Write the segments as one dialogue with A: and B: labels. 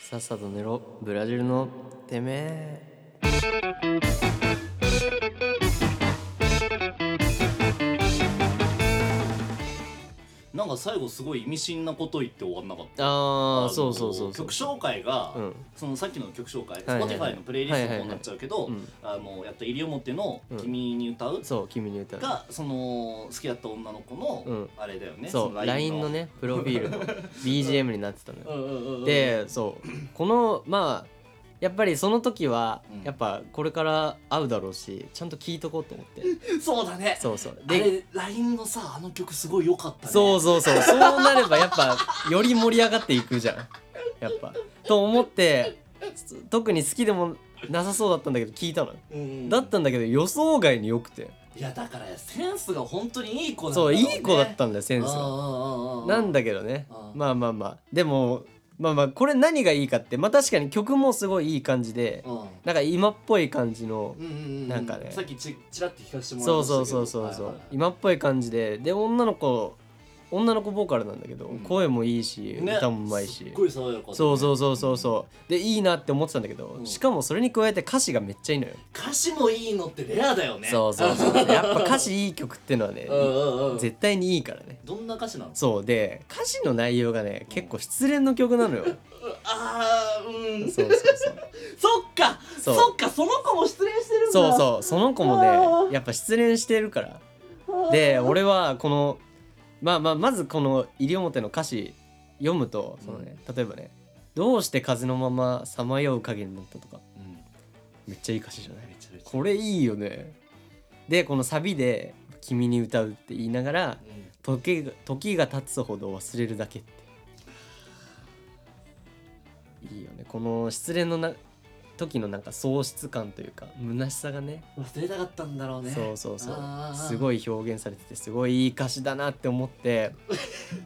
A: さっさと寝ろブラジルのてめえ
B: なんか最後すごい意味深なこと言って終わんなかった
A: あ
B: あ
A: あ
B: の
A: そうそうそうそう
B: 曲紹介が、
A: うん
B: そのさっきの曲紹介、
A: はいはい
B: Spotify のプレイリストになっちゃうけど、
A: はいはい
B: あのやった西表の
A: うん
B: 「君に歌う」
A: そう君に歌う
B: がその好きだった女の子
A: う
B: の
A: ん
B: あれだよね、
A: そ
B: の
A: う LINE のねプロフィー ルの BGM になってたの
B: う
A: よ
B: んうんうんうん
A: でそうこのまあやっぱりその時は
B: うん
A: やっぱこれから会うだろうしちゃんと聞いとこうと思 って
B: そうだね
A: そうそう
B: あ
A: で
B: れ LINE のさあの曲すごい良かったね
A: そうそうそうそうなればやっぱより盛り上がっていくじゃんやっぱと思ってつ特に好きでもなさそうだったんだけど聞いたの
B: うんうん
A: だったんだけど予想外によくて
B: いやだからセンスが本当にいい子なんだろ
A: そうう
B: ね
A: いい子だったんだよセンス
B: う
A: が
B: んうんうんうん
A: なんだけどね
B: うん
A: まあまあまあでもまあまあこれ何がいいかってまあ確かに曲もすごいいい感じで
B: うん
A: なんか今っぽい感じの
B: うんうんうん
A: なんかね
B: さっきちちらっと聞かせてもらい
A: そ
B: ま
A: う
B: したけ
A: そ
B: ど
A: うそうそうそ
B: は
A: う
B: いはい
A: 今っぽい感じでで女の子女の子ボーカルなんだけど
B: うん
A: 声もいいし
B: ね
A: 歌もうまいし
B: すっごい爽やかだね
A: そうそうそうそうそうでいいなって思ってたんだけど
B: うん
A: しかもそれに加えて歌詞がめっちゃいいのよ
B: 歌詞もいいのってレアだよね
A: そうそうそうやっぱ歌詞いい曲ってのはね
B: うんうんうん
A: 絶対にいいからね
B: どんな歌詞なの
A: そうで歌詞の内容がね結構失恋の曲な のよ
B: ああうんそ
A: そうそうそう
B: っか
A: そう
B: そっかその子も失恋してるんだ
A: そうそうその子も
B: あ
A: ね
B: ー
A: やっぱ失恋してるからで俺はこのまあまあまずこの西表の歌詞読むとその、ね例えばね「どうして風のままさまよう影になった」とか
B: うん
A: めっちゃいい歌詞じゃない
B: めちゃめちゃ
A: これいいよねでこのサビで「君に歌う」って言いながら
B: うん
A: 「時が時が経つほど忘れるだけ」っていいよねこの失恋のな時のなんか喪失感というか虚しさがね
B: 忘れたかったんだろうね
A: そうそうそう
B: あー
A: すごい表現されててすごいいい歌詞だなって思って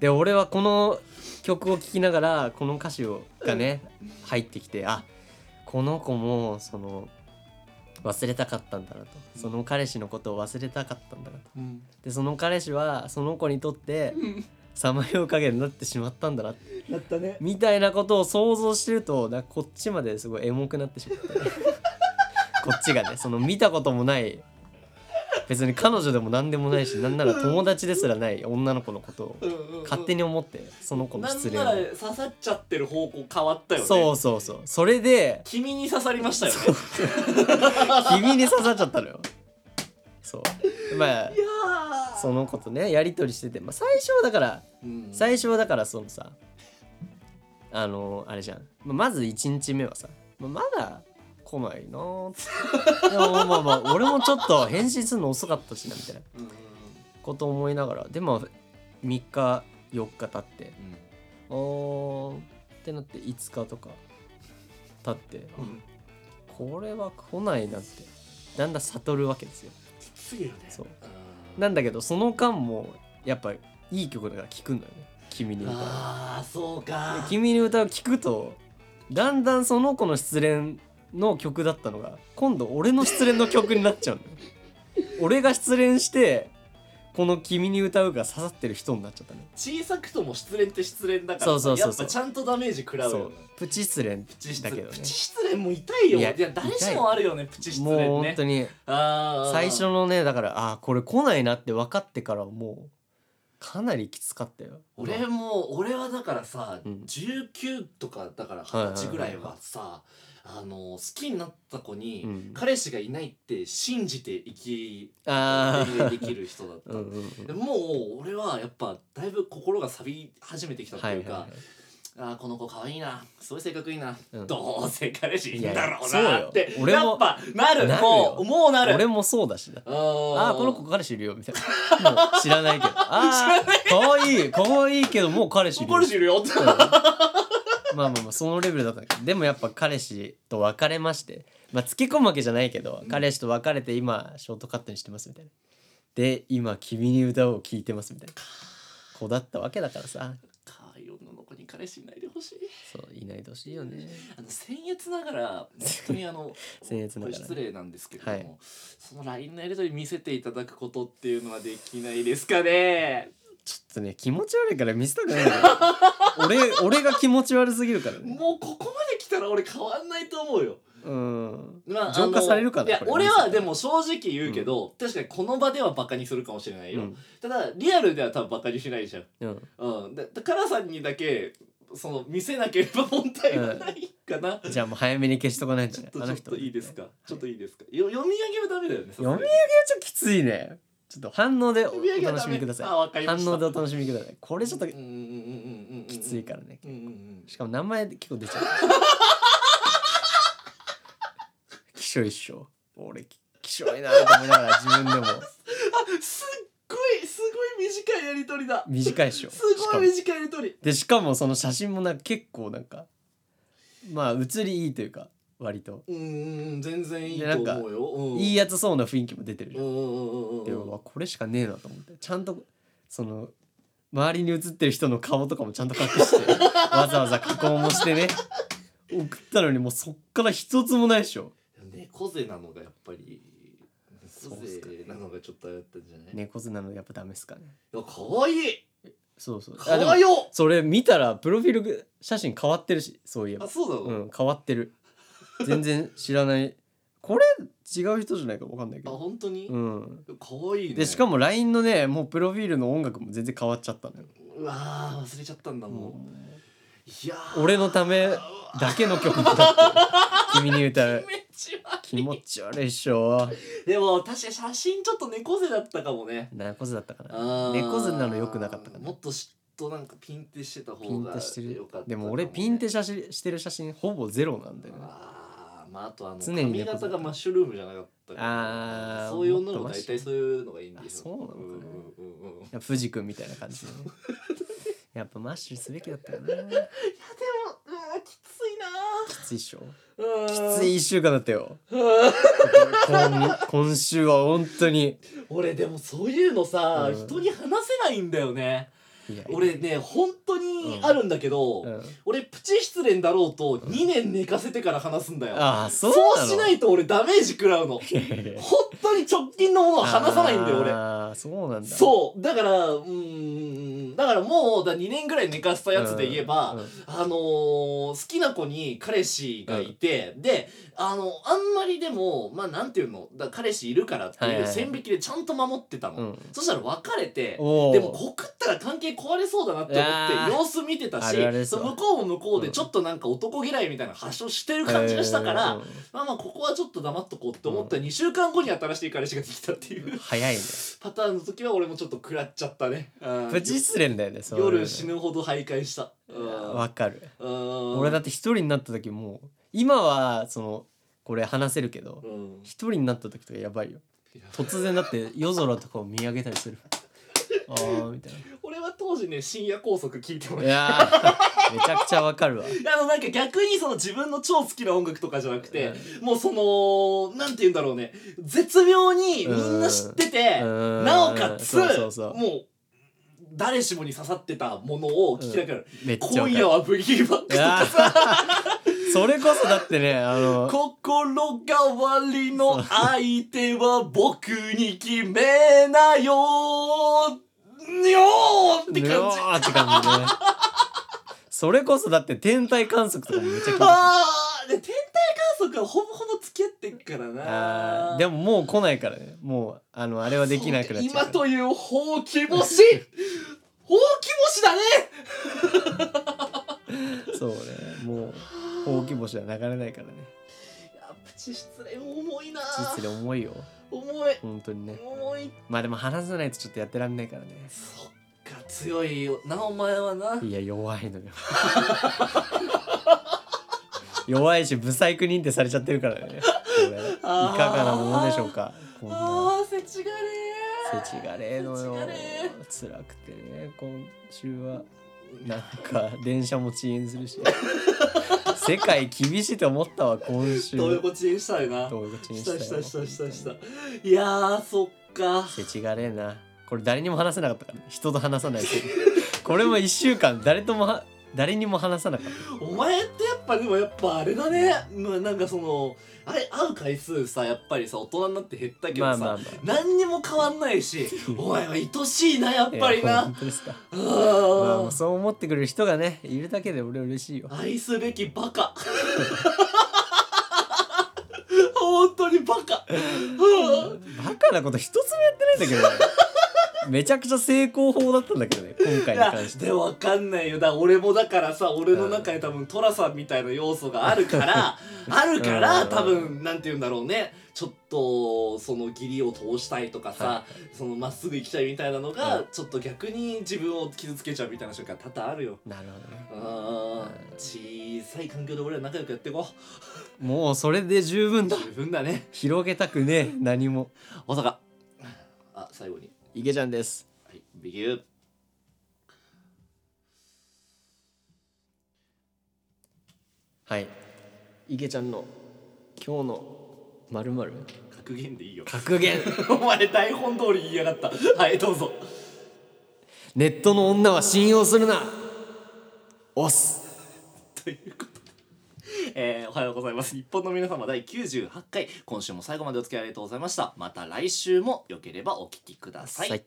A: で俺はこの曲を聴きながらこの歌詞をがね入ってきてあこの子もその忘れたかったんだなとその彼氏のことを忘れたかったんだなと
B: うん
A: でその彼氏はその子にとって
B: うん
A: さまよう影になってしまったんだなって
B: やったね
A: みたいなことを想像してるとなんかこっちまですごいエモくなってしま ってこっちがねその見たこともない別に彼女でも何でもないしなんなら友達ですらない女の子のことを勝手
B: に
A: に思ってその子の
B: なん
A: 失
B: な
A: 恋
B: ら
A: を
B: 刺さっちゃってる方向変わったよね
A: そうそうそうそれで
B: 君に刺さりましたよね
A: 君に刺さっちゃったのよそうまあ
B: いやー
A: その子とねやり取りしてて、まあ、最初はだから
B: うん
A: 最初はだからそのさあのあれじゃんままず1日目はさままだ来ないなーって でもまあまあ俺もちょっと返信するの遅かったしなみたいな
B: うんうん
A: こと思いながらでも3日4日経って
B: うん
A: おーってなって5日とか経って
B: うん
A: これは来ないなってだんだん悟るわけですよ
B: きついよね
A: そう
B: うん
A: なんだけどその間もやっぱいい曲だから聴くんだよね君に歌う
B: ああそうか
A: 君に歌を聴くとだんだんその子の失恋の曲だったのが今度俺の失恋の曲になっちゃうのよ俺が失恋してこの「君に歌う」が刺さってる人になっちゃったね
B: 小さくとも失恋って失恋だから
A: そうそうそうそう
B: やっぱちゃんとダメージ食らう
A: そ
B: よ
A: う
B: ね
A: プチ失恋
B: プチ失
A: だけ
B: 恋
A: どね
B: プチ失恋も痛いよ
A: い
B: い
A: や
B: や誰しもあるよねプチ失恋ね
A: もう本当に
B: あー
A: 最初のねだからああーこれ来ないなって分かってからもうかなりきつかったよ
B: 俺も俺はだからさ、
A: うん
B: 19とかだから
A: はいはいは
B: 二
A: い
B: 十歳ぐらいはさ、あの好きになった子に、
A: うん
B: 彼氏がいないって信じて生き
A: あ あ
B: できる人だった、
A: うんうんうん
B: でもう俺はやっぱだいぶ心が錆び始めてきたというか、あーこの子可愛いなすごい性格いいな、
A: うん
B: どうせ彼氏いるんだろう
A: いやい
B: な
A: や
B: って
A: そうよ俺も
B: やっぱなる
A: なるよ
B: もうもうなる
A: 俺もそうだしだ
B: あー
A: あーこの子彼氏いるよみたいなもう知ら ないけどあーかわいいかわいいけどもう彼氏いるよ
B: 彼氏いるよって
A: うんまあまあまあそのレベルだったんだけどでもやっぱ彼氏と別れましてまあ突き込むわけじゃないけど、彼氏と別れて今ショートカットにしてますみたいなで今「君に歌おう」を聴いてますみたいな子だったわけだからさ
B: 可愛い女の子に彼氏いないでほしい
A: そういないでほしいよね
B: あの僭越ながら本当にあの
A: 僭越ながらね
B: これ失礼なんですけれども、
A: はい
B: その LINE のやり取り見せていただくことっていうのはできないですかね
A: ちょっとね気持ち悪いから見せたくないんだよ俺俺が気持ち悪すぎるからね
B: もうここまで来来たら俺変わんないと思うよ。
A: うん
B: まあ、
A: 浄化
B: あの
A: されるかない
B: や
A: これ
B: 俺はでも正直言うけど、確かにこの場ではバカにするかもしれないよ、ただリアルでは多分バカにしないじゃん、
A: うん
B: うん、でカラさんにだけその見せなければ問題はないかな、
A: じゃあもう早めに消しとかないんじ
B: ちょ
A: ゃな
B: っ
A: いあ
B: とち
A: の
B: ょっ
A: 人
B: といいですか、ちょっといいですかよ読み上げはダメだよねさすがに
A: 読みちょっときついねちょっと反応でお
B: 読み上げは
A: 楽
B: ダ
A: し
B: メ
A: みくださ
B: あわか
A: い
B: り
A: 反
B: ました
A: 応でお楽しみくださいこれちょっと
B: うんうんうんうんうん
A: きついからね
B: うんうんうん
A: しかも名前結構出ちゃうきしょいっしょ俺ききしょいなと思いながら自分でも
B: あすっごいすごい短いやりとりだ
A: 短いっしょ
B: す
A: しか
B: ご
A: も
B: い短いやりとり
A: でしかもその写真もなんか結構なんかまあ写りいいというか割と
B: うんうんうん全然いい
A: でな
B: と
A: んか
B: 思うよ、うん、
A: いいやつそうな雰囲気も出てるじ
B: う
A: ゃん
B: んうんうんうんうん
A: でうわこれしかねえなと思ってちゃんとその周りに写ってる人の顔とかもちゃんと隠して わざわざ加工もしてね送ったのにもうそっから一つもないでしょ
B: 猫背なのがやっぱり
A: そう
B: 猫
A: っすかね
B: 背なのがちょっとあれだったんじゃない、
A: 猫背なのやっぱダメっすかね
B: いや可愛い
A: そうそう
B: 可
A: あでも
B: 愛いよ
A: それ見たらプロフィール写真変わってるしそういえ
B: あ
A: ば
B: そうなの、
A: うん変わってる全然知らないこれ違う人じゃないか分かんないけ
B: あ
A: ど
B: 本当に、
A: うん
B: 可愛いね
A: でしか
B: も
A: も LINE のねもうプロフィールの音楽も全然変わっちゃったのよ
B: うわー忘れちゃったんだもう、
A: も
B: いや
A: う
B: ー
A: 俺のためだけの曲だってる君に歌う
B: 気持ち悪
A: 気持ち悪いっしょ
B: いでも確かに写真ちょっと猫背だったかもね
A: 猫背だったかな
B: あー
A: 猫背なの良くなかったかな
B: もっとしっとなんかピンってしてた
A: ピ
B: 方
A: ン
B: が
A: として
B: 良
A: る
B: かったかもね、
A: でも俺ピンて写真してる写真ほぼゼロなんだよね
B: あーまああとあの
A: 常に
B: 髪
A: 猫
B: 型
A: 背
B: がマッシュルームじゃなかったから
A: あー
B: そういう女
A: も
B: の子
A: っとマッ
B: 大
A: シュ
B: 体そういうのがいいんで
A: あ
B: すよ
A: そうなのかね
B: んうんうんうんいや
A: いや藤君みたいな感じでねやっぱマッシュすべきだったよね
B: でもうわきつい
A: きついっしょ
B: な
A: き
B: ー
A: つい1週間だった よ
B: うーん
A: 今今週は本当に
B: 俺でもそういうのさ、
A: うん
B: 人に話せないんだよね
A: いや
B: 俺ね本当にあるんだけど、
A: うん
B: 俺プチ失恋だろうと2年寝かせてから話すんだよ、
A: ああそう
B: そう
A: なの
B: しないと俺ダメージ食らうの本当に直近のものは話さないんだよ俺
A: ああそうなんだ
B: そうだからうーんだからもうだ2年ぐらい寝かせたやつで言えば、
A: うんうん
B: あのー好きな子に彼氏がいて、であのあんまりでもまあなんていうのだ彼氏いるからって
A: はい
B: い
A: はいうはい
B: 線引きでちゃんと守ってたの、
A: うん
B: そしたら別れて
A: おー
B: でも告ったら関係壊れそうだなって思
A: あ
B: って
A: ー
B: 様子見てた
A: あ
B: し
A: るあるです
B: そ
A: わ
B: う向こうも向こうでちょっとなんか男嫌いみたいな発症してる感じがしたから、
A: えー
B: まあまあここはちょっと黙っとこうって思ったら2週間後に新しい彼氏ができたっ ていう。
A: 早いね
B: パターンの時は俺もちょっと食らっちゃったね うん
A: プチ失恋だよねそういうの
B: 夜死ぬほど徘徊した
A: わかる俺
B: 俺
A: だって一人になった時もう今はそのこれ話せるけど
B: うん
A: 一人になった時とかやばいよ突然だって夜空とかを見上げたり するああみたいな
B: 俺は当時ね深夜拘束聞いてもら
A: い
B: え
A: やーめちゃくちゃわかるわ。
B: あのなんか逆にその自分の超好きな音楽とかじゃなくてもうそのなんて言うんだろうね絶妙にみんな知ってて
A: うん
B: なおかつ
A: そうそうそう
B: もう誰しもに刺さってたものを聞きながら
A: めっちゃわ
B: 今
A: か
B: 夜
A: る。
B: はブギーバック
A: いやー それこそだってねあの
B: 心変わりの相手は僕に決めなよにょーって
A: ぬよ
B: 感じ。
A: ーって感じで ね。それこそだって天体観測とかもめちゃくちゃ。
B: あーで天体観測はほぼほぼ付き合ってっから
A: あ
B: な
A: ーでももう来ないからねもうあのあれはできなくなっちゃう
B: 今というほう き星ほうき星だね
A: そうねもうほうき星は流れないからね
B: いやプチ失恋重いな
A: 実に重いよ
B: 重い
A: 本当にね
B: 重い
A: まあでも話さないとちょっとやってらんないからね
B: そっか強いよなお前はない
A: や弱いのよ 弱いし不細工認定されちゃってるからねこれいか
B: あー
A: がなものでしょうかこんな
B: あーせちがれー
A: 世知がれのよ
B: 世知がれー
A: 辛くてね今週はなんか電車も遅延す るし世界厳しいと思ったわ今週
B: どういうこっちにしたいな。
A: どういうことに
B: し
A: した
B: た
A: よ
B: したしたしたした。いやー、そっか。
A: 世知がれえなこれ誰にも話せなかったからね人と話さないとこれも1週間誰ともは誰にも話さなかった
B: お前ってやっぱでもやっぱあれだね、まあ、なんかそのあれ会う回数さやっぱりさ大人になって減ったけど
A: まあ
B: さ、
A: まあまあ
B: 何にも変わんな いしお前は愛しいなやっぱり
A: いや
B: な
A: 本当ですか
B: あ
A: まあまあ
B: ー
A: そう思ってくれる人がねいるだけで俺嬉しいよ
B: 愛すべきバカ 本当にバカうん
A: バカなこと一つもやってないんだけどねめちゃくちゃ成功法だったんだけどね今
B: い
A: 回に
B: や
A: 関して
B: でもわかんないよだから俺もだからさ俺の中に多分トラさんみたいな要素があるからあるから
A: うん
B: 多分なんて言うんだろうねちょっとその義理を通したいとかさ、
A: は
B: そのまっすぐ行きたいみたいなのが、
A: うん
B: ちょっと逆に自分を傷つけちゃうみたいな瞬間多々あるよ。
A: なるほどね
B: あー小さい環境で俺ら仲良くやっていこ
A: もうそれで十分
B: う
A: だ
B: 十分だね
A: 広げたくねえ何も
B: 大阪あ最後に
A: いけちゃんです
B: はい、ビギュー。
A: はいいけちゃんの今日のまるまる
B: 格言でいいよ
A: 格言
B: お前台本通り言いやがったはいどうぞ
A: ネットの女は信用するな押す
B: ということで、えーおはようございます日本の皆様第98回今週も最後までお付き合いありがとうございましたまた来週も良ければお聞きください
A: はい